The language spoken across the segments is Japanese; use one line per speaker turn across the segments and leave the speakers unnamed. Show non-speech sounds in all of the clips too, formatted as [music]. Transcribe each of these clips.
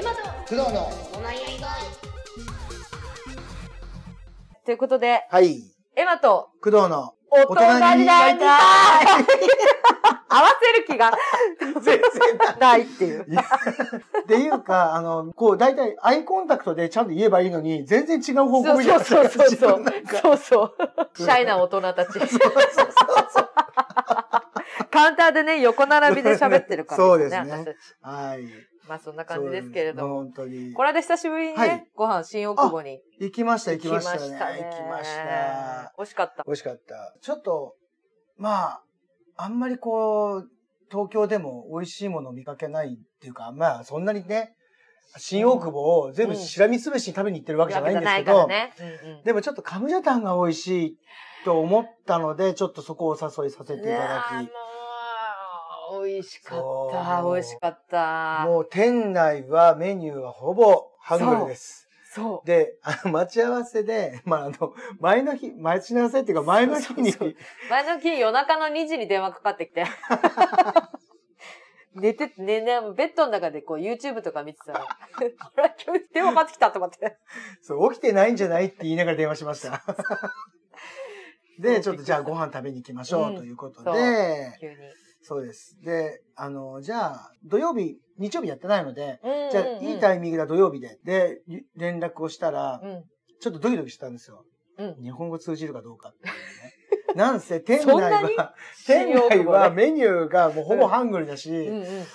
工藤の。
ということで、
はい。
エマと
工藤の。
大人になりた
大人
い
になり
合わせる気が
たい全然ない。
ないっていう。
いや [laughs] っていうか、あの、こう、大体、アイコンタクトでちゃんと言えばいいのに、全然違う方向
そう
にな
そ
っ
う
ちゃ
そうそう。
自
そ
分
う
なんか
そうそう。シャイな大人たち。カウンターでね、横並びで喋ってるから、
そうですね
私たち
はい。
まあそんな感じですけれど
そ
も。
うです本当に。
これで久しぶりにね、
はい
ご飯、新大久保に
行きました、
行
行
き
き
ま
ま
し
したた
ね
ね。。行きました。
惜しかった。
美味しかった。ちょっと、まあ、あんまりこう、東京でも美味しいもの見かけないっていうか、まあ、そんなにね、新大久保を全部しらみつぶしに食べに行ってるわけじゃないんですけど、
わけじゃないからね。うんうん
でもちょっとカムジャタンが美味しいと思ったので、ちょっとそこをお誘いさせていただ
や
き、
ーもう、美味しかった。
そう
美味しかった。
もう店内はメニューはほぼハングルです。
そう。
で、あの、待ち合わせで、まあ、あの、前の日、待ち合わせっていうか前の日に、
そうそう前の日夜中の2時に電話かかってきて。 [laughs] 寝て、ね、ね、ベッドの中でこう YouTube とか見てたら、あれ今日電話かかってきたと思って。
そう、起きてないんじゃないって言いながら電話しま
[laughs]
した。で、ち
そ
ょ
う
っとじゃあご飯食べに行きましょ
うん
うということ
そう
で、
急に。
そうです。で、あの、じゃあ、土曜日、日曜日やってないので、
うんうんうん
じゃあ、いいタイミングだ土曜日で。で、ゆ連絡をしたら
う、ん。
ちょっとドキドキしたんですよ。
うん。
日本語通じるかどうかっていうね。 [laughs] なんせ、店
そん
内
なに
は、 [laughs] 店内は
新
メニューがもうほぼハングルだし、
大久保ねうんうん。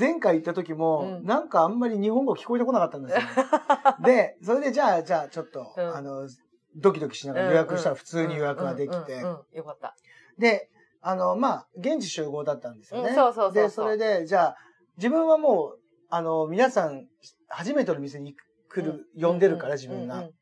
前回行った時も、
うん
なんかあんまり日本語聞こえてこなかったんですよ。
[laughs]
で、それでじゃあ、じゃあちょっと、
うん
あの、ドキドキしながら予約したら普通に予約ができ
うん
て
うん。うんよかった。
で、あの、まあ、現地集合だったんですよ
う
ね
ん。そうそうそうそう
で、それで、じゃあ、自分はもう、あの、皆さん、初めての店に来る、呼んでるから自分が。
うんうん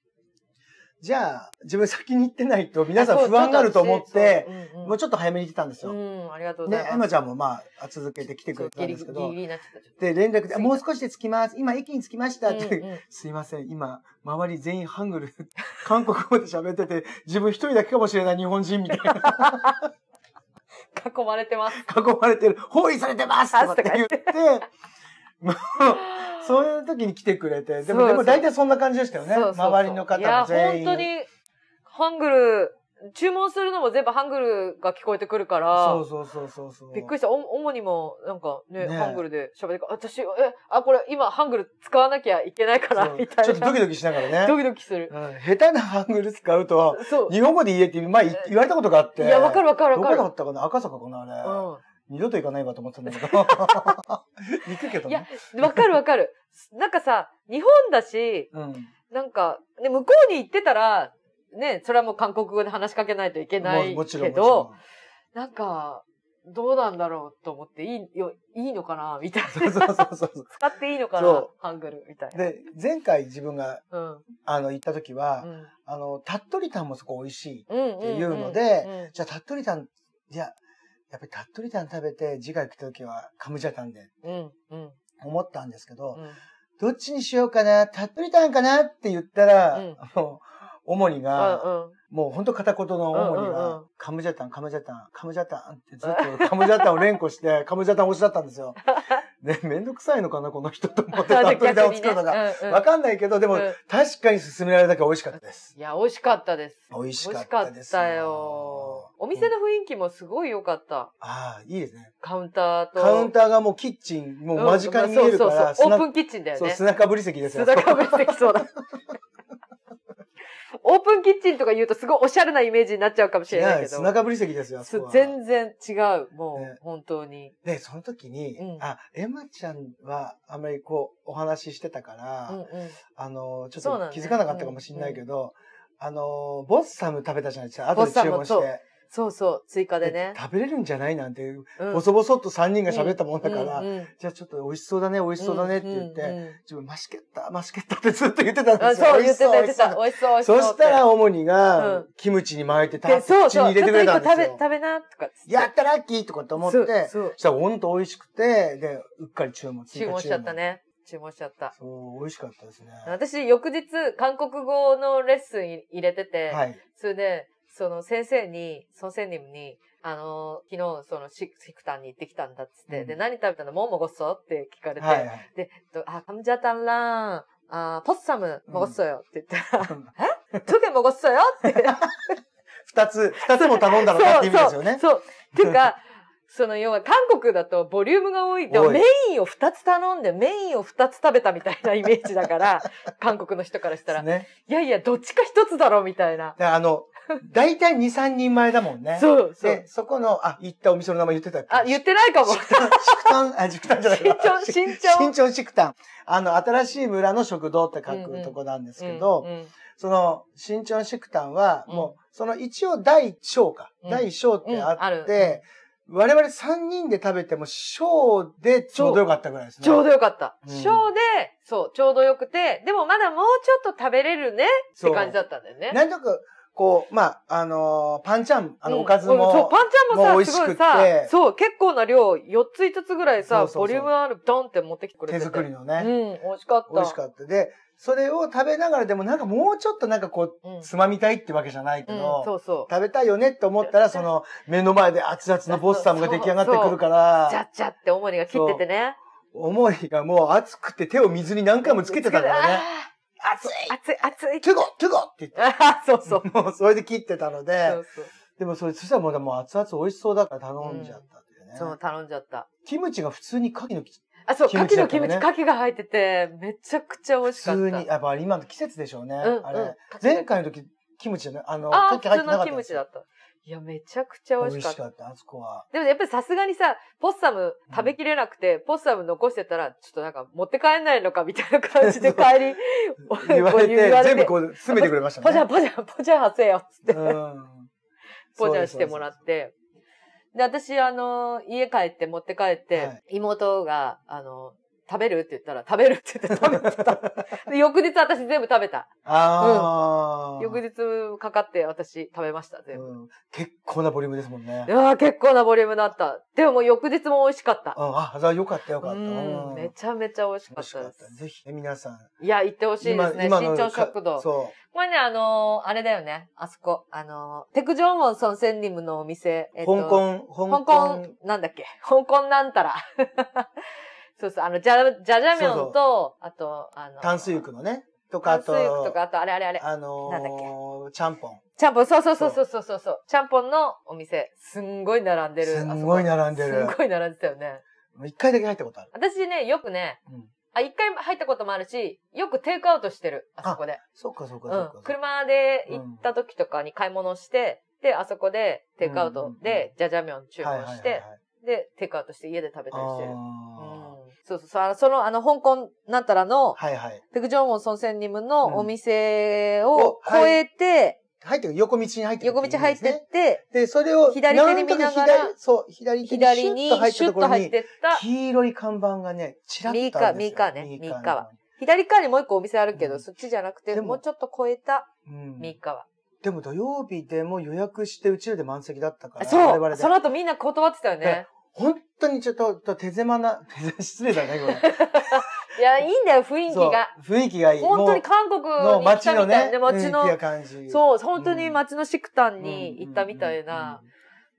じゃあ、自分先に行ってないと皆さん不安があると思って、、もう
ち
ちょっと早めに来たんです
う
よ。
んうん、ありがとうご
ね
ざい、ます。
エマちゃんもまあ、続けて来てくれ
ギ
たん
リ
で
ギ
すけ
リギ
ど
リ、になっちゃった。
で、連絡で、
着いた
もう少しで着きます。今、駅に着きました。って、
うんうん
[laughs] すいません。今、周り全員ハングル、 [laughs] 韓国語で喋ってて、自分一人だけかもしれない日本人みたい
[laughs]
な、
囲まれてます。
囲まれてる、包囲されてますとかって言って、もう、そういう時に来てくれて、で
そうそう
も、でも大体そんな感じでしたよね。
そうそうそう
周りの方
い
も
や、
全員。
本当に、ハングル、注文するのも全部ハングルが聞こえてくるから、
そうそうそうそうそう。
びっくりした。お、主にも、なんかね、
ね
ハングルで喋ってるから、私、え、あ、これ今ハングル使わなきゃいけないから、みたいな。
そうちょっとドキドキしながら
ド
ね。
キドキする。
うん下手なハングル使うと、
そう。
日本語で言えって前言われたことがあって。
いや、わかるわかる
ど
わ
こ
かる
だ。ったかな赤坂かなあれ。
う
二度と行かないわと思ってたんだ
[laughs]
けど。行くけど
ん。いや
ね。、
わかるわかる。なんかさ、日本だし、
うん。
なんか、ね、向こうに行ってたら、ね、それはもう韓国語で話しかけないといけないけど、
ももちろん。もちろん
なんか、どうなんだろうと思って、いいよ、いいのかなみたい
そう
な。
そうそうそう。
使っていいのか
そ
な
う
ハングルみたいな。
で、前回自分が、
うん。
あの、行った時は、
うん。
あの、たっとりたんもそこ美味しい。
うん。ん
っていうの
うん
でじゃあ、たっとりたん、いや、やっぱりたっとりたん食べて、次回来た時は、カムジャタンで、
うん。うん。
思ったんですけど、
うん
どっちにしようかな、たっとりたんかなって言ったら、
うん
もう、主にが、
うん。
もうほんと片言の主に
うんうんう
が、カムジャタン、カムジャタン、カムジャタンってずっとカ [laughs] ムジャタンを連呼して、カムジャタン推しだったんです
[laughs]
よ。ね、めんどくさいのかな、この人と思って、たっぷりタンを作るのが。
うんうん
わかんないけど、でも、
うん
確かに勧められたから美味しかったです。
いや、美味しかったです。
美味し
美味
か
し
っ
か
た
っ
です。
たよ。お店の
うん
雰囲気もすごい良かった。
ああ、いいですね。
カウンターと。
カウン
タ
ターがもうキッチン、もう間近に見えるから、
そうそうそう。オープ
ン
ンキッチンだよ
そう、
ね。
砂かぶり席ですよ。
須田かぶってきそう
[laughs]
だ。オープンキッチンとか言うとすごいおしゃれなイメージになっちゃうかもしれないけ
違う
ど。
砂かぶり席ですよ、あそこは
全然違う。もう、
ね
本当に。
で、その時に、
うん
あ、エマちゃんはあんまりこう、お話ししてたから、
うんうん
あの、ちょっ
そうなんだ
と
ね
気づかなかったかもしれないけど、あの、ボッサム食べたじゃないですか。後
ボッ
で
サム
注文し
そう
て。
そうそう、追加でね
で。食べれるんじゃないなんて、
うん
ボソボソっと3人が喋ったもんだから、
うんうん
じゃあちょっと美味しそうだね、美味しそうだねって言って、
うんうんうん
自分マシケッタ、マシケッタってずっと言ってたん
あ
ですよ。
そう、
美
言
味
っ
してそ
た
う
言ってた。
美味し
美味しそう、美味し
そう
そう。
そしたら、主にが、
うん
キムチに巻いて、た
で、
っ
そ
と
う
口に
そう、
入
ち
れ
ょってと
くれ
一
た
個
んで
食
す
べ、
よ。
食べな、とかっつって。
やったラッキーとかと思っ
そう
て、
そう
そしたらほんと美味しくて、で、うっかり注文
注文しちゃった。ね。注文しちゃった。
そう、美味しかったですね。
私、翌日、韓国語のレッスン入れてて、
はい。
それで、その先生に、その先生に、あのー昨日、そのシシクタンに行ってきたんだっつって、
うん
で、何食べたのももごっそって聞かれて、
はいはい。 [laughs]
で、とあ、カムジャタンラン、あーポッサム、もごっそよって言ったら、
うん [laughs]
トゥゲもごっそよって。
二つ、二つも頼んだのかって意味ですよね。
そう。っていうか、その要は韓国だとボリュームが多いと
多い
メインを2つ頼んでメインを2つ食べたみたいなイメージだ
[laughs]
から、韓国の人からしたら、
ね。
いやいや、どっちか1つだろみたいな。
で、あの、大体2、3人前だもんね。
そうそう
で、。そこの、あ、行ったお店の名前言ってたっけ
あ、言って
[laughs]
ないかも。
シクタン、シクタン、あ、シクタンじゃない
[laughs] 新
わ
潮、
[laughs]
新潮
新。潮シクタン。あの、新しい村の食堂って書
うんうん
くとこなんですけど、
うんうん
その、新潮シクタンは、
うん
もう、その一応第小か。
うん
第小ってあ
うんある
っ
うん
て、我々3人で食べても小でちょうどよかったぐらいですね。
ちょうどよかった。
うん
小で、そう、ちょうどよくて、でもまだもうちょっと食べれるねっ
そ
て
う
感じだったんだよね。
なんとなく、こう、まあ、あのーパンちゃん、あ
う
の、
ん
おかず
うんそう、
も、
パンちゃん
もう美
もさ、
味
す
しく
ご
て
いさ、そう、結構な量、4つ5つぐらい
そ
さ
う、そうそう
ボリュームある、ドンって持ってきてくれて
手
て。
作りの
う
ね、
ん、美味しかった。
美味しかった。で、それを食べながらでもなんかもうちょっとなんかこ
うん
う、つまみたいってわけじゃないけ
うん
ど、
そうそう。
食べたいよねって思ったら、その、目の前で熱々のボッサムが出来上がってくるか
じゃ
ら、
っちゃって重りが切っててね。
思いがもう熱くて手を水に何回もつけてたからね。熱い
あー。熱い、熱い。
トゥゴトゥゴって
あー [laughs] そう
言
そう
っ。て、もうそれで切ってたの
そ
で、
うそう。
でもそれ、そしたらもうもう熱々美味しそうだから頼んじゃったんだよね。
そう、頼んじゃった。
キムチが普通に牡蠣の
あ、そう、
キ
牡
ムチ
蠣
だ
の
ったのね
キムチ、牡蠣が入ってて、めちゃくちゃ美味
普
しかった。
通に、やっぱ今の季節でしょうね。
うん
あ
うん
れ。前回の時、キムチじゃないあの、
あ
牡
あ、
蠣
普
入っ
通
てなか
の
った
キ
ん
ム
です
チ
よ
だった。いや、めちゃくちゃ美
美
味
味
しかっ。
したかった、あそこは。
でもやっぱりさすがにさ、ポッサム食べきれなくて、ポッサム残してたら、ちょっとなんか持って帰んないのかみたいな感じで
[laughs]
帰り、
言われて、全部こう、詰めてくれました
ポジャ
ね。
ンポジャン、ポジャンはせよ、
[laughs]
つって、
うん。
ポジャンしてもらって。で、私、あの、家帰って持って帰って、
はい
妹が、あの、食べるって言ったら、食べるって言って食べてた。で翌日私全部食べた。
[laughs] ああ。
翌日かかって私食べました、全部。
うん結構なボリュームですもんね
い。やー結構なボリュームだった。でももう翌日も美味しかった。
うん、あ、じゃあよかったよかった。
うんめちゃめちゃ美味しか
美味
っ
したか
で
っ
す
た。。ぜひ、皆さん。
いや、行ってほしいですね。新潮
か
食堂。
そ
これね、あのーあれだよね。あそこ。あのーテクジョンモンソンセンリムのお店。
う。
えっ
香
と
港、香
香
港。
港、なんだっけ香港なんたら。 [laughs] そうそう、あの、じゃ、じゃじゃみょんと、あと、あの、
淡水浴のね。とか、あ
炭水浴と
と
か、、あと、あれあれあれ。
あ
なんだ
のー、ちゃんぽん。
ちゃんぽん、そうそうそうそうそうそうそう。ちゃんぽんのお店、すんごい並んでる。
すんごい
あ
並ん
そ
で
こ
る
すん。ごい並んでたよね。
一回だけ入ったことある。
私ね、よくね、
うん
あ、一回入ったこともあるし、よくテイクアウトしてる、あそこで。
そうか、そうか、
う
そうんか。。
車で行った時とかに買い物して、で、あそこでテイクアウト
うんうんう
で、じゃじゃみょん注文して、
はいはいはいはい
で、テイクアウトして家で食べたりしてる。うん
あ
そうそうそうあの。その、あの、香港なんたらの、
ーはいはい。
テクジョンモンソンセンニム
うん
のお店
お
を
は
越
い
えて、
入ってくる横道に入ってくる
横道入って
いい
っ
んですね
て、
で、それを、
左手で見ながら
んとか左そう、左手にシ
左
ュッ
に
と入っ
シ
た
ュ
と
ッ
こ
と
ろ
入っ
に、
てった。
黄色い看板がね、ちらっとあるんですよ。
右か右かね
の
右かは
方に。
左側にもう一個お店あるけ
うん
ど、そっちじゃなくて、
でも
もうちょっと越えた
うん
右側。
でも土曜日でも予約して、うちらで満席だったから、
そ
我々
う。
で
その後みんな断ってたよね。
本当にちょっとと手狭な、 [laughs] 手狭失礼だね、これ。
いや、いいんだよ、雰囲気
そう
が。
雰囲気がいい。
本当に
も
韓国に
う
行
の
っ
街
た
の
みたい
ね、
な、
雰
街
囲気
の
な、感じ。
そう、本当
う
に
ん
街のシクタン
うん
に行ったみたいな
うん、うん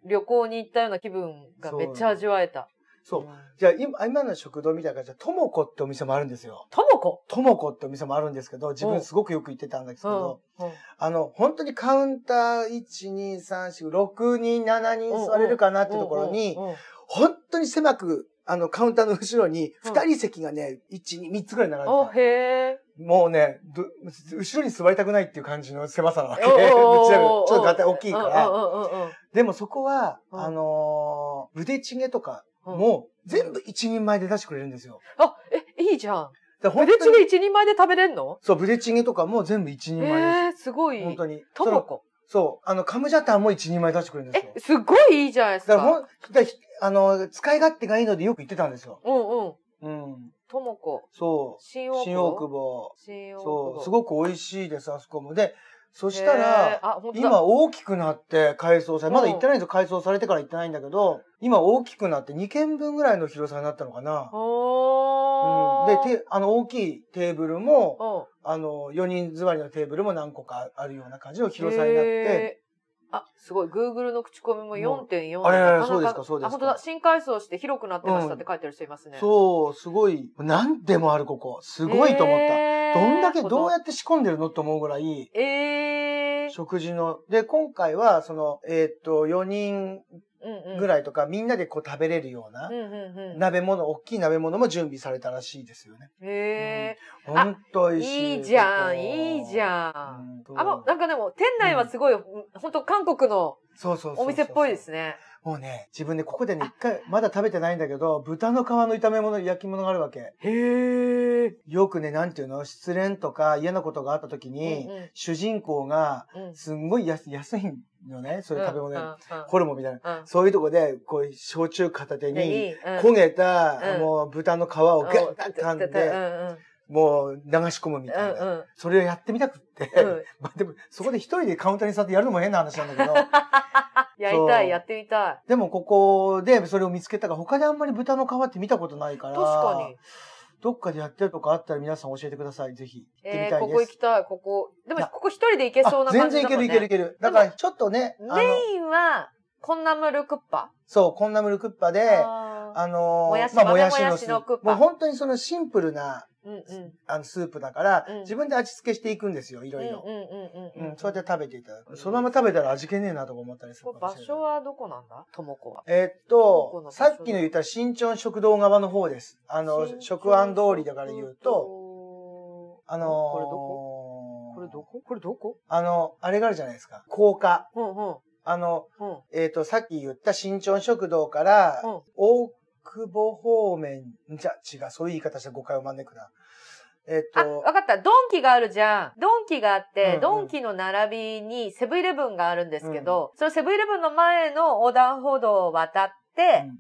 旅行に行ったような気分がめっちゃ味わえた。
そう。
ん。
じゃあ今、今の食堂みたいな感じで、ともこってお店もあるんですよ。
ともこと
もこってお店もあるんですけど、自分すごくよく行ってたんですけど、
うんうん
あの、本当にカウンター、1、2、3、4、6人、7人座れるかなってところに
う、んうんうん
本当に狭く、あの、カウンターの後ろに、
うん
2人席がね、1、2、3つぐらい並んで
お、
た。
へえ。
[laughs] もうね、ど後ろに座りたくないっていう感じの狭さなわ [laughs] け。う
お
ち
ー
らよりちょ
おー
っとガタ大きいか
う
ら。
んうんうんうん
でもそこは、
うん
あのー、ブデチゲとか
うん
も、全部一人前で出してくれるんですよ。
あ、え、いいじゃん。
だから
ブ
本
レ
当
チ
に
ゲ一人前で食べれんの
そう、ブデチゲとかも全部一人前で
えー、すご
す。
い。
本当に。
ともこ。
そう。あの、カムジャタンも一人前出してくれるんですよ
え、。すごいいいじゃないです
だからほ
か。
ん、だからひあの、使い勝手がいいのでよく言ってたんですよ。
うんうん。
うん。
ともこ。
そ
新
う。
大久保。
新大久保。
新大久保。
そう。すごく美味しいです、あそこも。で、そ
く
したら、
あ、本当だ
今大きくなって改装され、まだ行ってないんですよ、改装されてから行ってないんだけど、今大きくなって2軒分ぐらいの広さになったのかな。
お
う
ー。
ん、で、てあの、大きいテーブルも、
うん
あの、4人座りのテーブルも何個かあるような感じの広さになって、
へあ、すごい。Google の口コミも4.4。
あれあれ
なかな
そうですかそうですか
あ、本当だ。新改装して広くなってましたって書いてる人いますね。
そう、すごい。なんでもあるここ。すごいと思った。
えー
どんだけどうやって仕込んでるのと思うぐらい、
えー。
食事の。で、今回は、その、えーっと、4人
うんうん
ぐらいとか、みんなでこう食べれるような
うん、うんうん。
鍋物、大きい鍋物も準備されたらしいですよね。
へ
ほんと美味しい。
いいじゃん、いいじゃん。
ん。
あ、もうなんかでも、店内はすごい、本当韓国の
そうそうそうそう
お店っぽいですね。
もうね、自分でここでね、一回、まだ食べてないんだけど、豚の皮の炒め物、焼き物があるわけ。
へえ。
よくね、なんていうの失恋とか嫌なことがあった時
うん
に、主人公が、
うんうん。
すんごい安安いのね、そういう食べ物、
うんうんうん
ホルモンみたいな。
うん
そういうとこで、こう、焼酎片手
ねい
に、
いうん
焦げた、
うん
もう豚の皮をガッと噛ん
う
で、
んうん
もう流し込むみたいな。それをやってみたくって。
うんうん [laughs] うん
[laughs] まあでも、そこで一人でカウンターに座ってやるのも変な話なんだけ
[laughs]
ど、
やりた
そう
い、やってみたい。
でもここでそれを見つけたが、他であんまり豚の皮って見たことないから、
確かに。。
どっかでやってるとかあったら皆さん教えてください。ぜひ。行ってみ
え
た
ー、
いです。
ここ行きたい、ここ。でも、
いや
ここ一人で行けそうな
あ
感
全
じ
然い
だ
け
もん
るい
ね。
けるいける。だからちょっとね、あ
メ
の、
インは、こんなムルクッパ。
そう、こんなムルクッパで、
あー
あのー
もやし
まあ、
豆
もやし
も
の
や
ス
し
ー
の
プ
クッ。
もう
パ
本当にそのシンプルな
うんうん。
あのスープだから、
うん
自分で味付けしていくんですよ、いろ
うんうん
いろ。
うん
うん
うん。
そうやって食べていただ
う
く。
ん
そのまま食べたら味気ねえなとか思ったりする
これ
かも
場
しれない。
所はどこなんだともこは。
えっ
どことの、場所
さっきの言った新潮食堂側の方です。あの、食安通りだから言うと、
と
あのー
これどここれどここれどこ
あの、あれがあるじゃないですか。高架。
うんうん
あの、
うん。
えっ、と、さっき言った新潮食堂から、
うん
大久保方面、じゃ、違う、そういう言い方したら誤解を招くな。えっ、
あ、
と
わ、かった。ドンキがあるじゃん。ドンキがあって、
うんうん
ドンキの並びにセブンイレブンがあるんですけど、そのセブンイレブンの前の横断歩道を渡っ
うん
て、
うん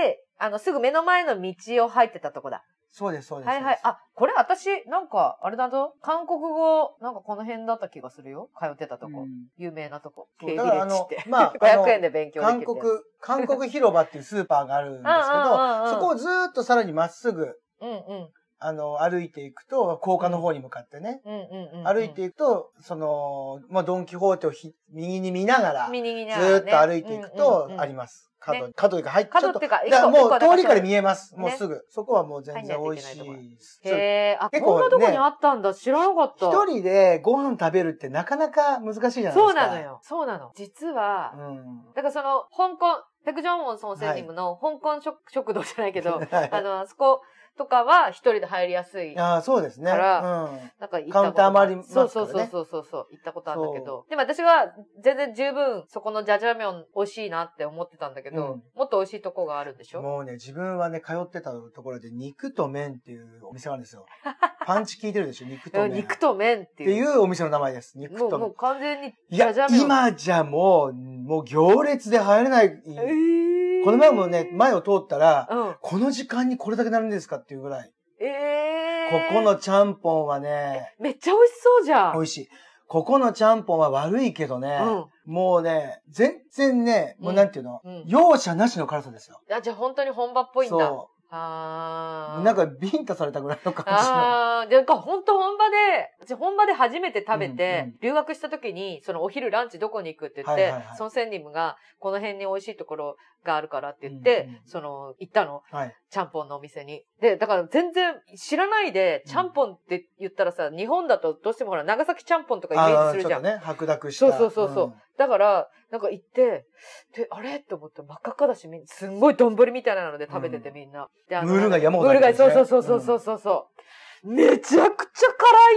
で、あの、すぐ目の前の道を入ってたとこだ。
そうです、そうです。
はいはい。
そうで
あ、これ私、なんか、あれだぞ。韓国語、なんかこの辺だった気がするよ。通ってた
す
とこ。
うん
有名なとこ。
そう
K ビレ
だからあ
ッジっ
の
て。、
まあ、あの
500円で勉強でき
韓
る。
国、韓国広場っていうスーパーがあるんです
[laughs]
け
うんうんうんう
ど、
ん
そこをずーっとさらにまっすぐ、
うんうん。
あの、歩いていくと、高架の方に向かってね、
うんうんうん。
歩いていくと、その、まあ、ドンキホーテをひ右に見ながら、
右
ず
にね
ーっと歩いていくと
うんうんうん、
あります。角に、角というか入っちょ
角
っと
っ、ていうか、
だからもう通りから
見
見えます。
ね
もうすぐ。そこはもう全然
入ん
美
な
味
いと
し
いけないところ
いです。
へえ、あ、
結
こ
構
んなとこにあったんだ。知らなかった。
一人でご飯食べるってなかなか難しいじゃないですか。
そうなの。よ。そうなの。実は、
うん。
だからその、香港、ペクジョンウォンソンセンニムの香港食,、食堂じゃない
[laughs]
けど、あの、あそことかは一人で入りやすい。なん
ああ、そうですね。
から
うん。
か行ったこと
カウンターもありますからね
そうそうそうそうそう、行ったことあるんだけど。でも私は全然十分そこのジャジャミョン美味しいなって思ってたんだけど、
うん
もっと美味しいとこがあるんでしょ
もうね、自分はね、通ってたところで、肉と麺っていうお店があるんですよ。 [laughs] パンチ効いてるでしょ肉と麺。
肉
っ
と麺って
て
いう。
いうお店の名前です。肉
もう、
と
も
麺
う。完全に
い
ジャ
や
ジャ、ミョン。
今じゃもう、もう行列で入れない。
えー
この前もね、前を通ったら、
うん。
この時間にこれだけなるんですかっていうぐらい。
え
こ
ー、
このちゃんぽんはね、
めっちゃ美味しそうじゃん。
美味しい。ここのちゃんぽんは悪いけどね、もうね、全然ね、もうなんていうの、
うんうん
容赦なしの辛さですよ。
うん。あ、じゃあ本当に本場っぽいんだ。
そ
あ
う。
ー
なんかビンタされたぐらいの感じの。
ああ、で、なんか本当本場で、私本場で初めて食べて、
うんうん
留学した時に、そのお昼ランチどこに行くって言っ
はい
て
はいはい、
その仙人が、この辺に美味しいところがあるからって言って、
うんうん
その、行ったの、
はい。
ちゃんぽんのお店に。で、だから全然知らないで、
うん
ちゃんぽんって言ったらさ、日本だとどうしてもほら、長崎ちゃんぽんとかイメー
あ
ジ
あ
す
ー、
る
ちょ
じ
っ
ゃ
と
ん。
ね、白濁した。
そうそうそうそうんだから、なんか行って、で、あれと思って真っ赤っかだし、みんすんごい丼みたいなので食べてて
うん
みんな。であの
ムール貝山ほど
ムー
入
ル
ってるん
貝、
です
そう
ね
そうそうそうそうそうそう。めちゃくちゃ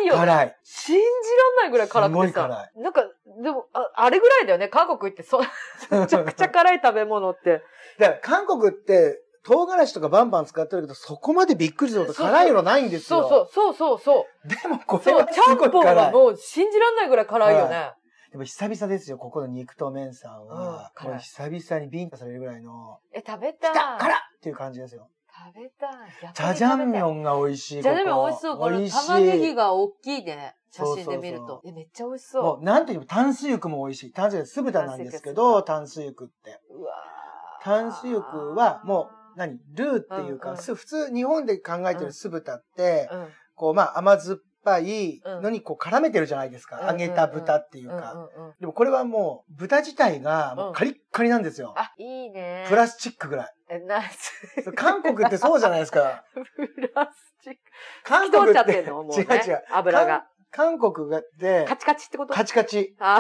辛いよ。
辛い。
信じらんないぐらい辛くて
すごい辛
さ。なんか、でも、ああれぐらいだよね。韓国行っ
[laughs]
て、そ、めちゃくちゃ辛い食べ物って。
だから韓国って、唐辛子とかバンバン使ってるけど、そこまでびっくりするほど辛いのないんですよ。
そうそう、そうそう、そう。
でもこれ
そう
は、
ちゃ
すご
ん
い
ぽん
辛。
はいもう信じらんないぐらい辛いよね。
でも久々ですよ、ここの肉と麺さんは。
うん辛い
もう久々にビンタされるぐらいの、
え、食べた
来
い。
た辛っっていう感じですよ。
食べたい。逆に食べたい
ジャジャンミョンが美味しい。
じゃあで
ここ
も美味しそう。こ
美
の
味し
玉ねぎ
い。
が大きいね。写真で見る
そうそう
と。え、めっちゃ美味し
も、
そう
なんというか炭水浴も美味しい。炭水浴、酢豚なんですけど、炭水浴って。
う。うわー
炭水浴は、もう、何ルーっていう
うんう
か、
ん
す普通、日本で考えてる酢豚って、
うん。
こう、まあ、甘酸っ杯のにこう絡めてるじゃないですか。
うん
揚げた豚っていうか。
うんうんうん
でもこれはもう、豚自体がもうカリッカリなんですよ。
あ、いいね。
プラスチックぐらい。
えナイ [laughs] ス。
韓国ってそうじゃないです
[laughs]
か。
プラスチック。
韓
透き
国
通っちゃ
っ
って
て、
んのもう、
違
ね。
う違う。
油が。
韓国がって
カ、チカチってこと
カチカチ。
あ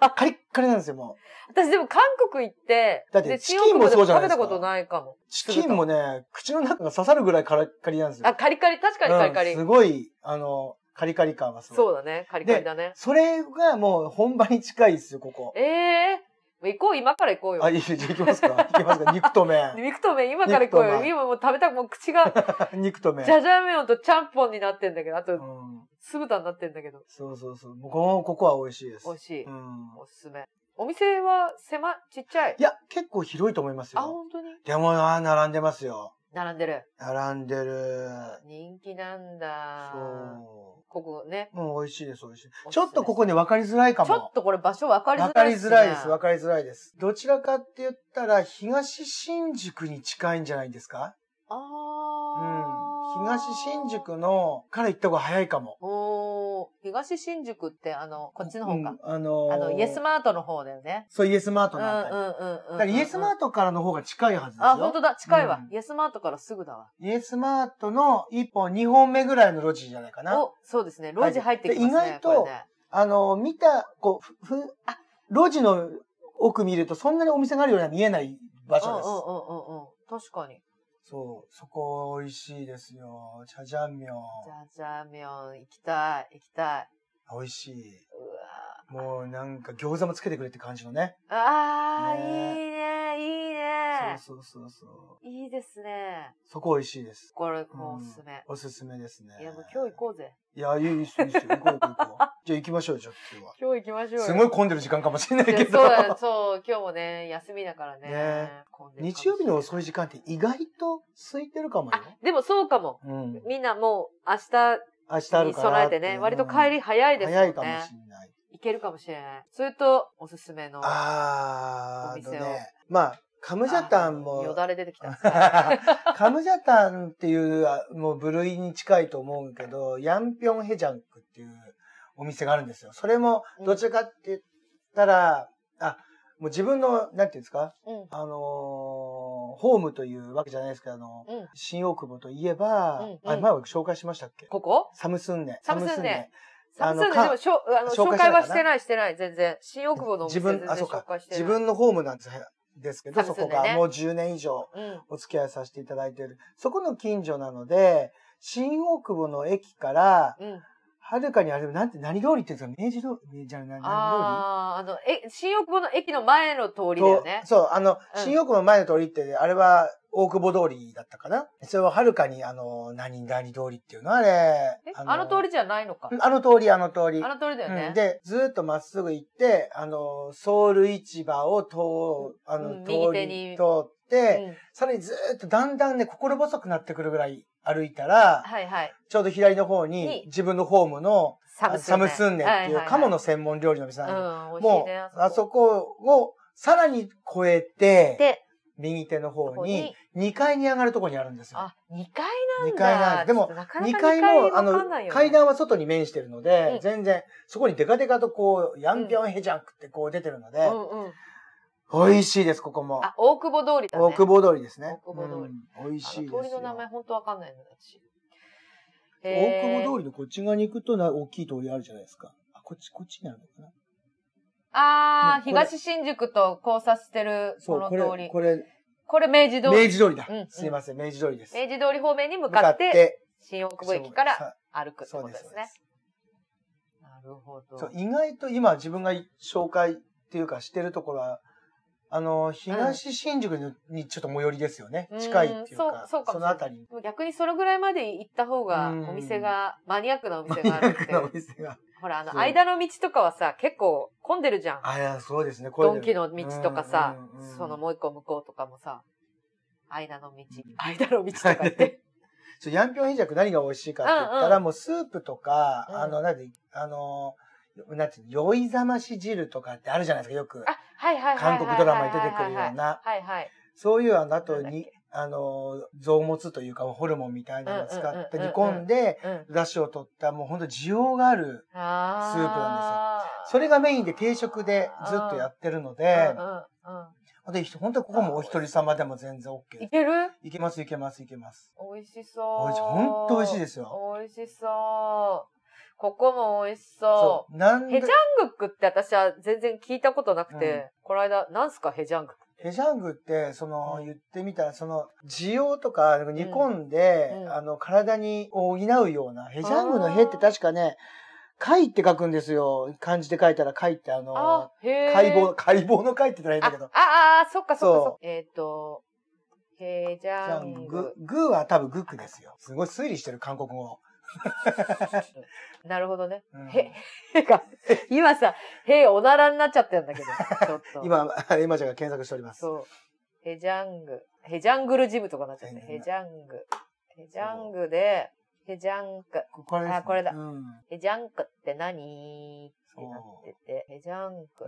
ー
カリッカリなんですよ、も
私でも韓国行って、
だって
で
チキンもそうじゃないですか
新大久保でも食べたことないかも。
う。チキンもね、口の中が刺さるぐらいカリッカリなんですよ。
あ、カリカリ、確かにカリカリ。
うんすごい、あの、カリカリ感はすごい。
そうだね、カリカリだね。
それがもう本場に近いですよ、ここ。
ええー、行こう、今から行こうよ
あ、。いい、じゃあ行きますか。行きます
[laughs]
か。肉と麺。
肉と麺、今から行こう
肉と
よ。
麺
今もう食べたく、もう口が、
[laughs] 肉と麺。
じゃじゃ麺とちゃんぽんになってんだけど、あ
う
と、
ん。
酢豚になってんだけど、
そうそうそう。もうこの、ここは美味しいです。
美味しい。
うん。
おすすめ。お店は狭い、ちっちゃい。
いや、結構広いと思います
あ、
よ。
本当に
でもな、並んでますよ。
並んでる。
並んでる。
人気なんだ。
そ
ここね。
う。うん、美味しいです、美味しい
おすす。め
ちょっとここね、分かりづらいか
ちょっ
も。
とこれ場所分かりづ
分
ら
か
い
り
っす
づ
ね
らいです、分かりづらいです。どちらかって言ったら、東新宿に近いんじゃないですか
あ
う
ー
ん。東新。宿の、から行った方が早いかも。
おー東新宿って、あの、こっちの方か。
うんあのー
あの、イエスマートの方だよね。
そう、イエスマー
う
ト
ん
の
う
あ
ん
たり。
うんうん。
だからイエスマ
ー
ートからの方が近いはずですよ。
あ、本当だ。近いわ
う。ん
イエスマートからすぐだわ。
イエスマートの1本、2本目ぐらいの路地じゃないかな。
お、そうですね。路地入ってきますね。
はいで意外と
これね
あの、見た、こう、ふ、ふ、路地の奥見るとそんなにお店があるようには見えない場所です。
うんうんうんうんうん。確かに。
そう、そこ美味しいですよ。チャジャンミョン。
じゃじゃみょん、行きたい、行きたい。
美味しい。
うわ
もうなんか餃子もつけてくれって感じのね。
ーあー、いいね、いいね。
そうそうそうそう。
いいですね。
そこ美味しいです。
これ、
うん
もうおすすめ。
おすすめですね。
いや、もう今日行こうぜ。
いや、いいですよ、いいですよ。行こう行こう
[laughs]
行こう。じゃあ行きましょう、ちょっと今日は。
今日行きましょうよ。
すごい混んでる時間かもしれない
い
け
や
ど。
そうだよ、そう、今日もね、休みだからね。
ね
混んでるかもし
日
れ
曜
ない
日の遅い時間って意外と空いてるかもよ
あ。、でもそうかも。
うん。
みんなもう明日
明日ある
に
から
備えてね、割と帰り早いですもん
早い。
ね
かもしれない。
行けるかもしれない。それと、おすすめの。
あ
お
ー、あ
店
と
を
ね。まあ、カムジャタン
あよ
も、
だれ出てきた。
[laughs] カムジャタンっていうあもう部類に近いと思うけど、ヤンピョンヘジャンクっていうお店があるんですよ。それも、どちらかって言ったら、あ、もう自分の、なんていうんですか
うん。
あのーホームというわけじゃないですけど、あの、
うん
新大久保といえば、
うんうん
あれ前は紹介しましたっけ
ここ
サムスンネ。
サムスンネ
あ
サム
の
スンで
か
でもしょあの
紹
紹
介した
介
かな
はしてない、してない、全然。新大久保のお
自
店全
分、
然
あ、そう
紹
か
介し。てない。
自分のホームなんですですけど、
サ
そ
ムスン
こ
ネね
がもう10年以上
うん。
お付き合いさせていただいている。そこの近所なので、新大久保の駅から、
うん。
はるかにあれ、なんて、何通りって言うんですか明治通りじゃあな何
ああ、あの、え、新大久保の駅の前の通
通り
りだよね
と。そう、あの、
うん
新大久保の前の通りって、あれは大久保通りだったかなそれをはるかに、あの、何々通りっていうのあれ
え、あの通りじゃないのか。
あの通り、あの通り。
あの通りだよ
う
ね
ん。で、ずーっとまっすぐ行って、あの、ソウル市場を通、あの、
うん
通
右手
り
に
通っ
う
て、
ん。
さらにずーっとだんだんね、心細くなってくるぐらい歩いたら、
はいはい。
ちょうど左の方に
に
自分のホームの
サムスンネ。
サムスンネっていう鴨の
は
専門料理の店なん
い
だけど
はいはい。うん、美味し
も
いうね。、
あそこをさらに越えて、
で、
右手の
こ
方
こ
に
に、
2階に上がるとこにあるんですよ。
あ、2階なんだ。
2階なんです。でも、、2階も、あの、階段は外に面してるので
う、ん
全然、そこにデカデカとこう、ヤンピョンヘジャンクってこう出てるの
う
で、
んうん。
美味しいです、ここも。
あ、大久保通りだね。
大久保通りですね。
大久保通り
うん美味しいです
あ
よ。
の通りの名前本当わかんないの、私。
大久保通
り
りのこっち側に行くとな、大きい通りあるじゃないですか。あ、こっち、こっちになるのかな
あ
も
ー、
うこれ
東新宿と交差してる、
そ
こ
う、
の
こ
通
れ、
り。
これ、
これ明治通
明
り。
治通りだ
うんう。ん
すいません、明治通りです。
明治通り方面に向かって、、新大久保駅から
ら
歩くって
そう
こと
で
です
そう
す
で
ね
す。
なるほど。
そう、意外と今自分が紹介っていうかしてるところは、あの、東新宿ににちょっと最寄りですよね。
うん
近いっていうか、
そうそうかも
の
しれない
あたりに。
でも逆にそのぐらいまで行った方が、
うん
お店が、マニアックなお店がある
[laughs]
って。
のお店が。
ほら、あ
そ
の、
う
間の道とかはさ、結構混んでるじゃん。
あ、いや、そうですね、こういう
ドンキの道とかさ
うんうんうん、
そのもう一個向こうとかもさ、間の
う
道
ん、
間の道とか言って。
[laughs] そうヤンピョンヒジャク何が美味しいかって言ったら、
うんう
もうスープとか、
うん
あの、なんで、あの、なんていうの、酔いざまし汁とかってあるじゃないですか、よく。
あ、はいはいはいはいはいは
韓
い。
国ドラマに出てくるような
はいはい。
そういうあの、あと
なんだっ
に
け、
あの、臓物というか、ホルモンみたいなのを使って
うんうんうんうん
煮込んで、
うん。ス
出汁を取った、もうほんと需要がある。
ープなんです
それがメインで定食でずっとやってるので、
うんうん
で、本当にここもお一人様でも全然 OK
うん。
で
い
す。
ける
いけます、いけます、いけます。
美味しそう。
おいしほんと美味しいですよ。
美味しそう。ここも美味し
そ。
そう
なん
う。
で
ヘジャ、ングックって私は全然聞いたことなくて、
うん
この間、なんすかヘジャングックって。
ヘジャングって、その
う、ん
言ってみたら、その、需要とか、煮込んで、
うんうん
あの、体に補うような、ヘジャングのヘって確かね、貝って書くんですよ。漢字で書いたら貝ってあの
あ、、へえ。
解剖、解剖の貝って言ったらいいん
あ
だけど。
あ、あ、そっかそっかそ
そ
っか。えっ、と、ヘジ
ジ
ャ
ャ
ン
ング。。
グ
グーは多分グックですよ。すごい推理してる、韓国語。
[laughs] なるほどね。
うん
へ、へが、今さ、へ、おならになっちゃってるんだけど、ちょっと。
今、 [laughs] エマちゃんが検索しております。
そう。ヘジャング。ヘジャングルジムとかなっちゃって。
ヘ
ヘ
ジ
ジャング。ヘジャングで、ヘジャンク。
これですね
あこれだ
うん。うん
ヘジャンクって何ってなってて。ヘジャンク。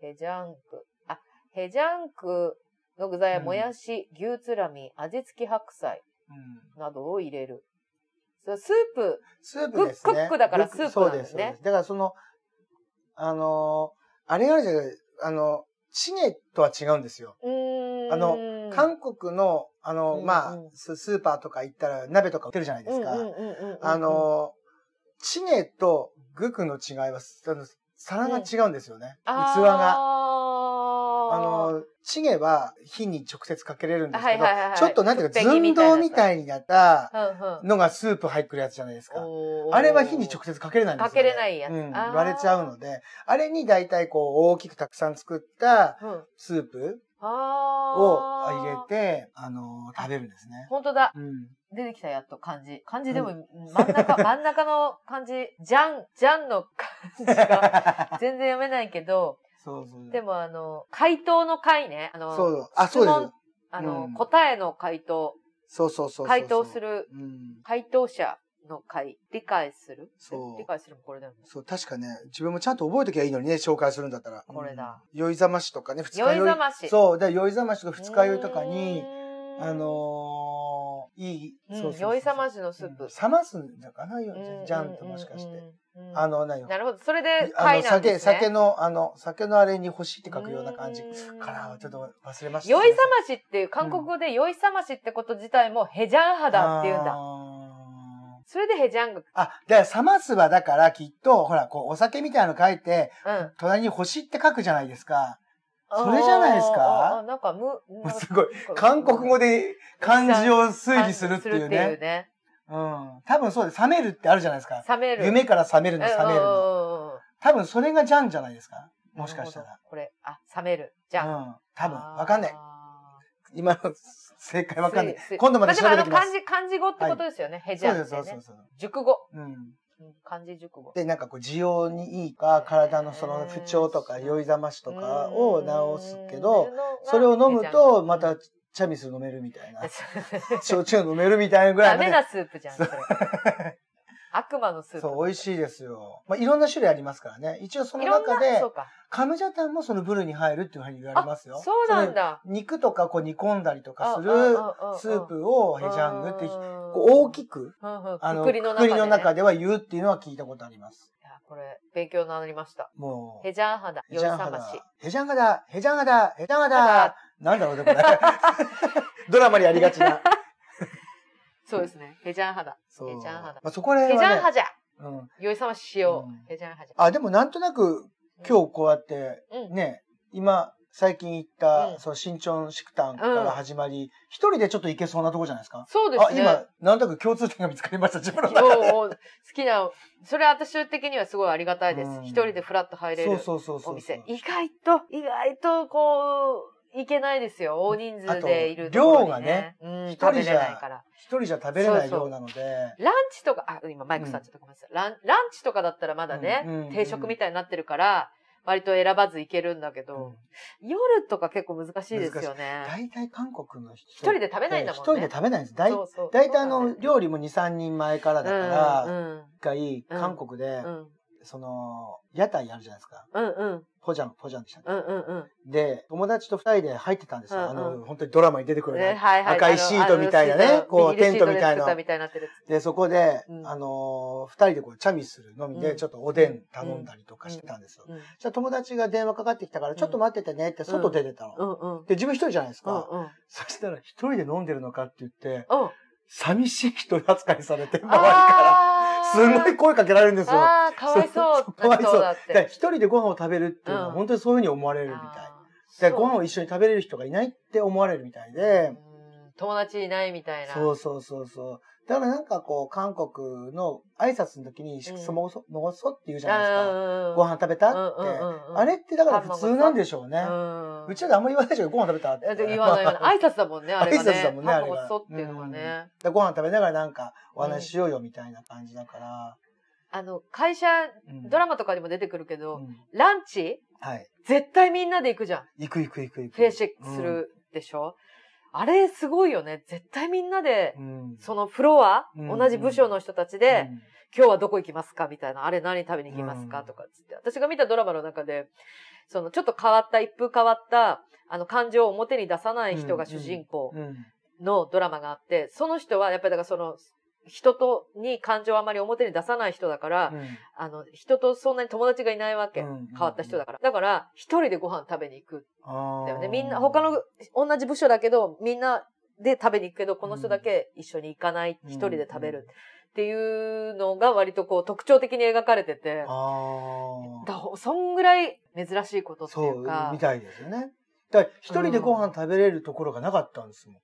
ヘジャンク。あ、ヘジャンクの具材は
うん
もやし、牛つらみ、味付き白菜
うん
などを入れる。そうスープ。
スープです
ク
ね。
ックックだから
グッ
スープなんだよね
そうですそうですだからその、あのーあれあるじゃない、あの、チゲとは違うんですよ。
うーん。
あの、韓国の、あの、
うん
まあ
うん、
ススーパーとか行ったら鍋とか売ってるじゃないですか。
うんうんうんうんうん
あ、のーチゲとグクの違いは、あの、皿が違うんですよね。器
あー
が。あのー、チゲは火に直接かけれるんです
は
け
い
ど
はいはい、はい
ちょっとなんていうか、
トッペ
寸
ギみたいなや
胴
つ
みたいになった
うんうん
のがスープ入ってるやつじゃないですか。
おー
あれは火に直接かけれないんですよ、ね。
かけれないやつ
うん。
あー
割れちゃうので、あれに大体こう大きくたくさん作った
うん
スープ
あ
を
ー
入れて、あのー食べるんですね。
本当だ。
うん。
出てきたやっと漢字。漢字でも、真
[laughs]
ん中、真ん中の漢字、じゃん、じゃんの漢
[laughs]
字が全然読めないけど、
そうそう。
でもあの、回答の回ね。あの、
そう。あ、そうで
質問あの、
うん
答えの回答、
す。そうそうそうそうそう。
回答す。る、
うん。
回答者の回、理解する。
そう
理解するもこれだよね。
そう、確かね、自分もちゃんと覚えときゃいいのにね、紹介するんだったら。
これだ
うん。酔いざましとかね、二日
酔いざまし。
そう、だから酔いざましとか二日酔いとかに
う、ーん、
あのーいい、
うん
そうそうそう
酔いさましのスープ。
冷ますんだかな、じ
うん
ゃんともしかし。
う
て。
んうんうん
あの、何
なるほど。それで、
あ
貝
の、
なん
酒、
ですね。
酒の、あの、酒のあれに星って書くような感じ
うーん
かな。ちょっと忘れました。
酔いさましっていう、韓国語で酔いさましってこと自体もヘジャン肌っていうん
あ
だ。
ー
それでヘジャング。
あ、だから、冷ますはだからきっと、ほら、こう、お酒みたいなの書いて、
うん。
隣に星って書くじゃないですか。それじゃないですか
あーあーなんか、む、なんか
[laughs] すごい。韓国語
で
で漢字を推理するっていうね。うん。多分そうで、冷めるってあるじゃないですか。
冷める。
夢から冷める
うん
の、冷めるの。
うんうんうん
多分それがじゃんじゃないですか。もしかした
な
ら
る。ほどこれ、あ、冷める。じゃ。
うんん。多分、わかんない。
あ
今の正解
ー
わかんない
すす。
今度また調
あ
べ
で
て
もあ
き
の
ま
漢
す。
字、漢字語ってことですよね。ヘジ
そう
ャン
で
っ
す、
て
そう
ね。
ですそうです。
熟語。
うん。
うん漢字熟語。
で、なんかこう、需要にいいか、体のその不調とか、
うん
酔いざましとかを治すけど、
うん、
それを飲むと、また
ダ、
チャミスル飲めるみた
[laughs]
いな。
メ
焼酎飲めるみたいなぐらいのね。
なスープじゃん、それ。悪魔のスープ。
そう、美味しいですよ。まあ、いろんな種類ありますからね。一応その
いろんな
中で
そう、か。
カムジャタンもそのブルに入るっていうふうに言われますよ。
そうなん
だ。
だ。
肉とかこう煮込んだりとかするスープをヘジャングって、こう大
い、
きく、
うんうん
あの、
く
く
くりの中
く
で、
り
ね。
の中では言うっていうのは聞いたことあります。
いやこれ、勉強になりました。
もう。
ヘジャン肌、酔いさまし。
ヘジャンガだ、ヘジャンガだ、ヘジャンガ
肌
だ。なんだろうね、これ。 [laughs] ドラマにありがちな。
そうですね。ヘジャン肌。
そう。
ヘジャン肌
まあ、そこら
ヘ
辺
ジャン
はね。
肌、
うん。
酔いさましよ
う
う。
ん
ヘジャン肌。
あ、でもなんとなく、今日こうやって、
うん、うん。
ね、今、最近行った、
うん
その、新潮シクタンから始まり、一人でちょっと行けそうなとこじゃないですか。
そうで
あ、
すね。
今、なんとなく共通点が見つかりました、自分の中で。
おうおう好きな、それ私的にはすごいありがたいです
う。ん
一人でフラッと入れる。
そうそうそうそう。
お店。意外と、意外と、こう、いけないですよ。大人数でいるところに、ね。量がね、うん、
一人
食べ
じ
れ
ゃ
ないから。
一人じゃ食べれない
そうそう
量なので。
ランチとか、あ、今マイクさんちょっとごめんなさい。ランランチとかだったらまだね、
うんうん
定食みたいになってるから、割と選ばずいけるんだけど、夜とか結構難しいですよね。
大体韓国の人。
一人で食べないんだ
一
もんね。
人で食べないんです。大
そうそう
大体あの、料理も2、3人前からだから、
うん
一回、
うん
韓国で
うん、うん
その、屋台あるじゃないですか。
うんうん。
ポジャン、ポジャンでしたっけ
うんうん
で、友達と二人で入ってたんですよ。あ
うん
の、本当にドラマに出てく
うん。
る
ね
ね。
はいはい。
赤いシートみたいなね
あのあの
こう
ビニールシ
テ
ー
ントみたいな
で作ったみたいになってるやつ
で、そこで
う、ん
あの、二人でこう、チャミするのみ
う
で、
ん
ちょっとおでん頼んだりとかしてたんですよ。
うん
じゃあ友達が電話かかってきたから、ちょっと待っててねって外出てたの。
うんうん。
で、自分一人じゃないです
う
か。
んうん。
そしたら、一人で飲んでるのかって言って、
うん。
寂しい人扱いされて、周りか
あ
ら。
ー
すごい声かけられるんですよ。
ああ、かわ
[laughs]
いそうな人だ
だ
っ
から
て。
一人でご飯を食べるっていうのは、
うん
本当にそういうふうに思われるみたい。で、ご飯を一緒に食べれる人がいないって思われるみたい
う
で、
ん友達いないみたいな。
そうそうそうそう。だからなんかこう、韓国の挨拶の時に、
うん
そもそ、もそって言うじゃないですか。
あー
ご飯食べたって。あれってだから普通なんでしょうね。うちらであんまり言わないでしょ、ご飯食べたって。
だって言わ
[laughs]
ないよね。
まあ
挨拶だもんね、あれがね。
挨拶だもんねあれが
ごちそうっていうのがね。
でご飯食べながらなんかお話ししようよみたいな感じだから。
あの、会社、ドラマとかにも出てくるけ
マ
ど、ランチ
はい。
絶対みんなで行くじゃん。
行く行く行く行く。
フェイシックするでしょあれすごいよね。絶対みんなで、
うん。うん
そのフロア、
うん
同じ部署の人たちで、、今日はどこ行きますかみたいな、あれ何食べに行きますか
うん
とかっつって。私が見たドラマの中で、そのちょっと変わった、一風変わった、あの感情を表に出さない人が主人公
うん。
のドラマがあって、その人はやっぱりだからその、人と、に感情をあまり表に出さない人だから、あの、人とそんなに友達がいないわけ。
うんうんうん
変わった人だから。だから、一人でご飯食べに行くん
だ
だよね。みんな、他の、同じ部署だけど、みんなで食べに行くけど、この人だけ一緒に行かない、一人で食べる。っていうのが割とこう特徴的に描かれてて、
ああ。
だそんぐらい珍しいことってい
そう
か
う、み、たいですよね。だから一人でご飯食べれるところがなかったんですもん。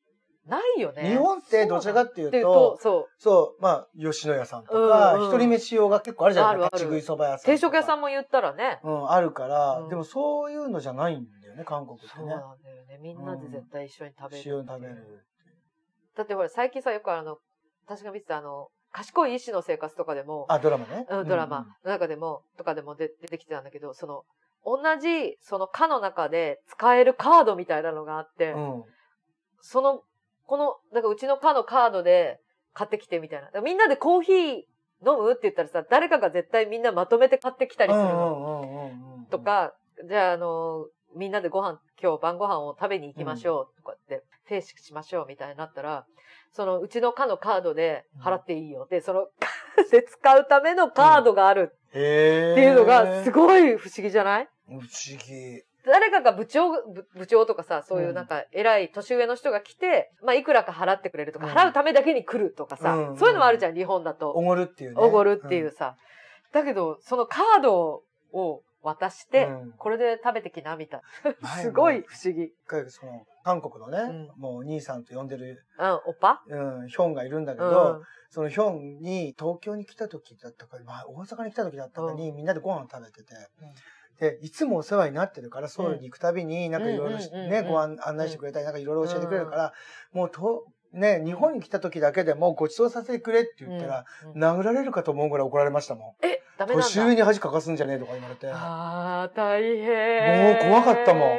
ないよね。
日本ってどちらかっていう
そうなんだよ
と、
そ
そう、まあ、吉野家さんと
うんう
か、
ん
一人飯用が結構あるじゃないですか。
あ
立
るある
ち食いそば屋さん
う、
とか。
定食屋さんも言ったらね、
うん、あるから、
うん
でもそういうのじゃないんだよね、韓国って
そう
ね。
なんだよね。みんなで絶対一緒に食べるってい
塩
う。
に食べる。
だってほら、最近さ、よくあの、私が見てたあの、賢い医師の生活とかでも、
あ、ドラマね。
うん、ドラマの中でも、とかでも出出てきてたんだけど、その、同じ、その科の中で使えるカードみたいなのがあって、
うん。うん
その、この、なんかうちの課のカードで買ってきてみたいな。だからみんなでコーヒー飲むって言ったらさ、誰かが絶対みんなまとめて買ってきたりするの。
うん
と、か、じゃああの、みんなでご飯、今日晩ご飯を食べに行きましょうとかって、フェイシックしましょうみたいになったら、そのうちの課のカードで払っていいよ。で、その、 [laughs] で使うためのカードがある
へ
っていうのがすごい不思議じゃない、
不思議。
誰かが部長、部部長とかさ、そういううんなんか偉い年上の人が来て、まあいくらか払ってくれるとか、
うん
払うためだけに来るとかさ、
うん
そういうのもあるじゃん、日本だ
お
と。
ごるっていうね。
おごるっていうさ。だけど、そのカードを渡して、
うん
これで食べてきな、みたい
うん。
な。
前
す
も
ごい。不思議。
一回その、韓国のね
う、
もう兄さんと呼んでる、
うん、おっぱ
うん、ヒョンがいるんだけ
うん。
ど、そのヒョンに東京に来た時だったか、まあ大阪に来た時だったかにみんなでご飯を食べてて、で、いつもお世話になってるから、ソウルに行くたびに、なんかいろいろし
うんうんうん
ね、ご案案内してくれたり、なんかいろいろ教えてくれるから、もうと、ね、日本に来た時だけでもごちそうさせてくれって言ったら、
うんうん
殴られるかと思うぐらい怒られましたもん。
え、ダメなんだ。
年上に恥かかすんじゃねえとか言われて。
ああ、大変。
もう怖かったもん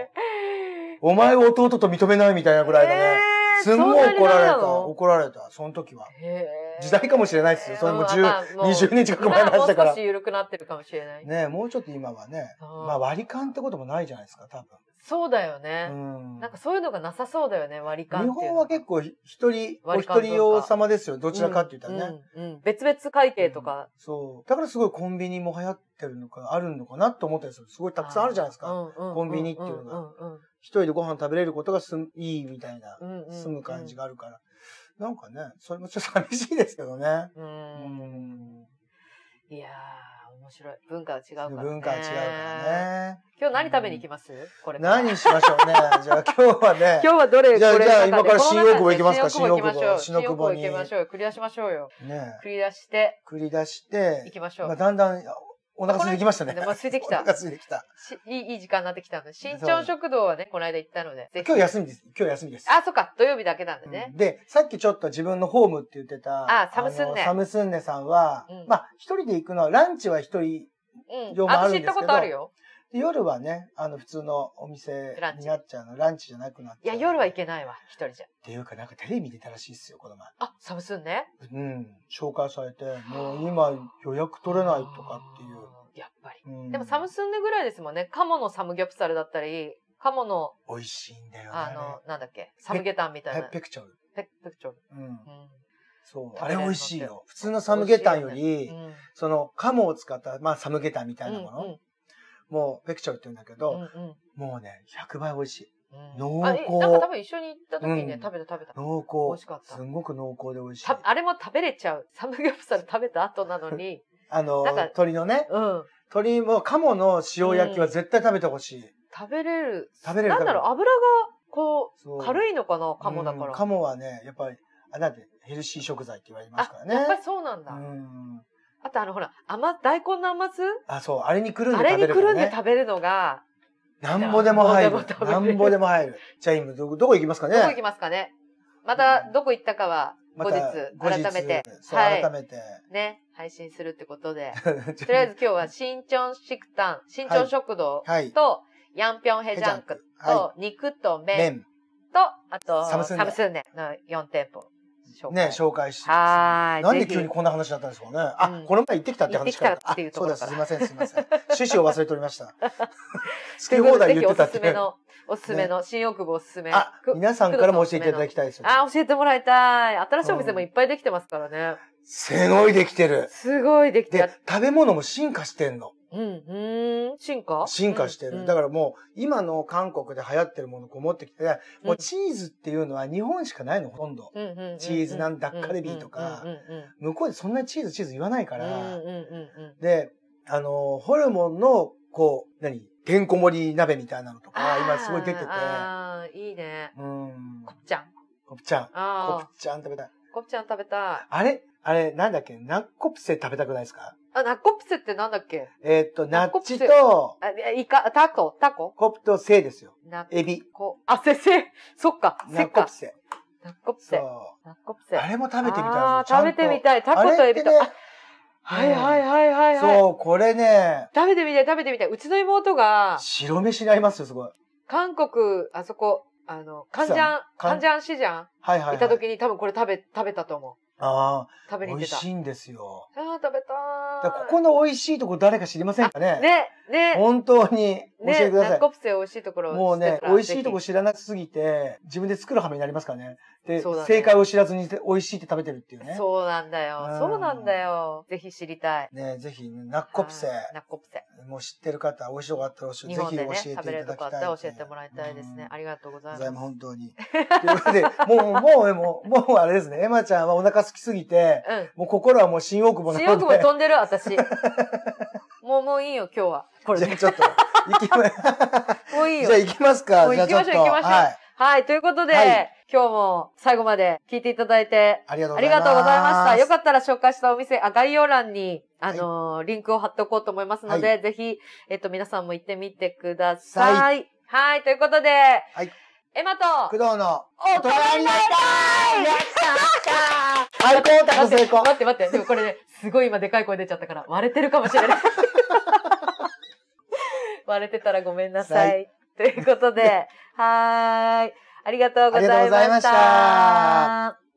お前を弟と認めないみたいなぐらいだね。
え
[laughs]
ー
すんご
そ
い
なに
怒られ
ダ
た。
メなの
怒られた。その時は。
へー
時代かもしれないですよそれも10
まあまあもう
20年近く前の話だから
今はもう少し緩くなってるかもしれない。
ねえもうちょっと今はね。
うん
まあ割り勘ってこともないじゃないですか、多
そうだよね、
分。うん。
なんかそういうのがなさそうだよね、割り
日
勘って
本
いうの
は
は。
結構ひ一人、お
割り勘
一
文化
人用様ですよ。どちらかって言ったらね。
うんうんうん別々会計とか。
そう。だからすごいコンビニも流行ってるのか、あるのかなと思ったりする。すごいたくさんあるじゃないですか。コ
コ
ンビニっていうのが
が。うん
一人でご飯食べれることがすんいいみたいな
う、んうん
住む感じ。があるから。なんかね、それもちょっと寂しいですけどね。
う
うんん。
いやー、面白い。文化は違うからね。
文化は違うからね。
今日何食べに行きますこれから。
何しましょうね。じゃあ今日はね。
今日はどれ
じゃあ
これ
じゃあ
の中
今
で
から
この
新大久保
中
行
で
きますか
新大久保行きましょう
新大久保に
新大行きましょうよ。クリアしましょうよ。
ね
クリアして
繰り出して
行、きましょう。
まあ、だんだんお腹空いてきましたね
で。も空いてき
[laughs] お
た。
腹空いてきた。
し [laughs] いい、いい時間になってきたので、新潮食堂はね、この間行ったので、ぜひ
今日休みです。今日休みです。
あ、そっか、土曜日だけなんでね
う。んで、さっきちょっと自分のホームって言ってた、
あサムス
あ
ンネ
のサムスンネさんは、
うん
まあ、一人で行くのは、ランチは一人、
うん。
ようもあるん
私
ですけ
行った
ど
ことあるよ。
で夜はね、あの、普通のお店
ランチ
になっちゃうの、ランチじゃなくなっ
い
ちゃ
や、
う。
夜は
っ
行けないわ、一人じゃ。
ていうか、なんかテレビ見てたらしいですよ、この前。
あ、サムスンね。
うん、紹介されて、もう今予約取れないとかっていう。うん
でもサムスンヌぐらいですもんね。鴨のサムギョプサルだったり、鴨の、
美味しいんだよね。
あの、なんだっけ、サムゲタンみた
あ
い
れ
な。
ペクチョル。
ペクチョル。
うん。
うん
そう。
食
あ
べ
れ
れるのって
美味しいよ。普通のサムゲタンより、
うん
その、鴨を使った、まあ、サムゲタンみたいなもの、
うん
もう、ペクチョルって言うんだけ
うん
ど、
うん
もうね、100倍美味しい。
うん
濃厚
あえなんか多分一緒に行った時にね、
うん
食べた食べた。
濃
美味
厚
し。かった
すんごく濃厚で美味しい。
たあれも食べれちゃう。サムギョプサル食べた後なの
[laughs]
に。
あの
なんか、
鳥のね、
うん。
鳥も、鴨の塩焼きは絶対食べてほしい。
食べれる。
食べれる
なんだろう、油が、こ、
そうう
軽いのかな、鴨だか
うん
ら。
鴨はね、やっぱり、あ、だって、ヘルシー食材って言われますからね。
やっぱりそうなんだ。
うん。
あとあの、ほら、甘、大根の甘酢
あ、そう、あれにくるんで
あ
食べる、ね。
れにくるんで食べるのが、
なんぼでも入る。
な
なんんぼ
ぼで
でも入る。じゃあ今、どこ、どこ行きますかね
どこ行きますかね。また、どこ行ったかは、
ま
後日
た、
改めて。
そう、
はい
改めて。
ね、配信するってことで。 [laughs] とりあえず今日は、新潮食堂、新
は
潮
い
食堂
[laughs] はい。
と、ヤンピョンヘジャンク
は
と、肉と
い。
麺
麺。
と、あと、サ
サ
ム
ム
ス
ス
ン
ン
ネ
ネ
の4店舗。紹介
ね、紹介して。
はーい
なん
ぜ
で
ひ
急にこんな話だったんですかね。
う
あ
ん、
この前行ってきたって話
行ってきたっていうところ
あ
か
そ
ら
うだ、すいません、すいません。趣旨を忘れておりました。好
[laughs] と
き
いうこ
放
とで
題
ぜひ
言っ
お
てた
す
っ
す
て
め。の、 [laughs] おすすめの、新大久保おすす
[laughs]
め。
あ、
く
皆さんからも教えていただきたいですよね。
あ、教えてもらいたい。新しいお店もいっぱいできてますからね。
すごいできてる。
すごいできて
で、食べ物も進化してんの。
うん、うーん、進化
進化してる。だからもう、今の韓国で流行ってるものをこう持ってきて、もうチーズっていうのは日本しかないの、ほとんど。
ら、うんうんうん
チーズなんダッカルビーとか
うんうんうんうん
向こうでそんなにチーズチーズ言わないか
う
ら
ん。うんうんうん
で、あの、ホルモンの、こう、何てんこ盛り鍋みたいなのとか、今すごい出てて。
あーあー、いいね。
うん
コ。プちゃん。
コプちゃん。コ
ああ、
プちゃん食べたい。
コプちゃん食べたい。
あれあれ、なんだっけナッコプセ食べたくないですか
あ、ナッコプセってなんだっけ
えーっと、
ナ
ナ
ッコ
ッ
プセ
チと、
あ、いやイカ、タコ、タコ
コプとセイですよ。
ナッ
エビ。
コ。あ、せせ。そっか。
ナ
せ
ッ
っ
コプ
か。
セ。
ナッコプ
そ
セ。
う。
ナッコプセ。
あれも食べてみたいです
あ
よ
ー
ちゃん
食
と
べてみたい。タコとエビと。
あれって
あ
ね
はいはいはいはいはい。
そう、これね、
食べてみたい、食べてみたい。うちの妹が、
白飯になりますよ、すごい。
韓国、あそこ、あの、カンジャン、カ
カ
ン
ン
ジャンシジ
は
ャン
いはい、はい。
いた時に多分これ食べ、食べたと思う。
あ
食
あ、
べ
美
に行っ
味
てた。あ
しいんですよ。
あー、食べたー
だからここの美味しいとこ誰か知りませんかね
ね、ね、ね、
本当に教えてくだ
ナ
さ
ッ
い。
コプセ美味しいところ
もうね
知ってた、ら
美味しいとこ
ぜ
知らなすぎて、自分で作る羽目になりますからね。で、
そうだね
正解を知らずに美味しいって食べてるっていう
ひ
ね。
そうなんだよ
う。ん
そうなんだよ。ぜひ知りたい。
ね、ぜひ、ナッコプセ
は、いナッコプセ。
もう知ってる方、美味しいとこあったら教え
日
ぜ
本
ひ
で
教
ね、
え
食べ
ていた
れると
だき
こあ
た
っ
い。
たら教えてもらいたいですね。あ
り
りがとうござい
ござい
ま
ます、
す。
本当に。ということで、もう、もう、もう、もうあれですね、エマちゃんはお腹空きすぎて、
うん。
もう心はもう新大久保なので。
新大久保飛んでる、私。もう、もういいよ、今日は。これ
じゃあ
で。
ちょっと、行きま、
もういい
じ
よ
ゃあ。行きます
も
か。
う
じゃ
行
あち
き
ょ
ま
っと。
しょう行きましょう
はい。
はい、ということで、
はい
今日も最後まで聞いていただいて、
ありがとう
あ
ござ
り
います。
がとうございました。よかったら紹介したお店、あ概要欄に、あのーリンクを貼っておこうと思いますので、
は
ぜひ、えっと、皆さんも行ってみてください。はい、ということで、
はい
エマと、
工藤の
お隣りなりたいやった
最高
ー
高成功
待って待って、でもこれね、すごい今でかい声出ちゃったから、割れてるかもしれない。 [laughs] 割れてたらごめんなさい。
は
ということで、はーい。ありがとうございま
ありがとうござい
し
ましたた。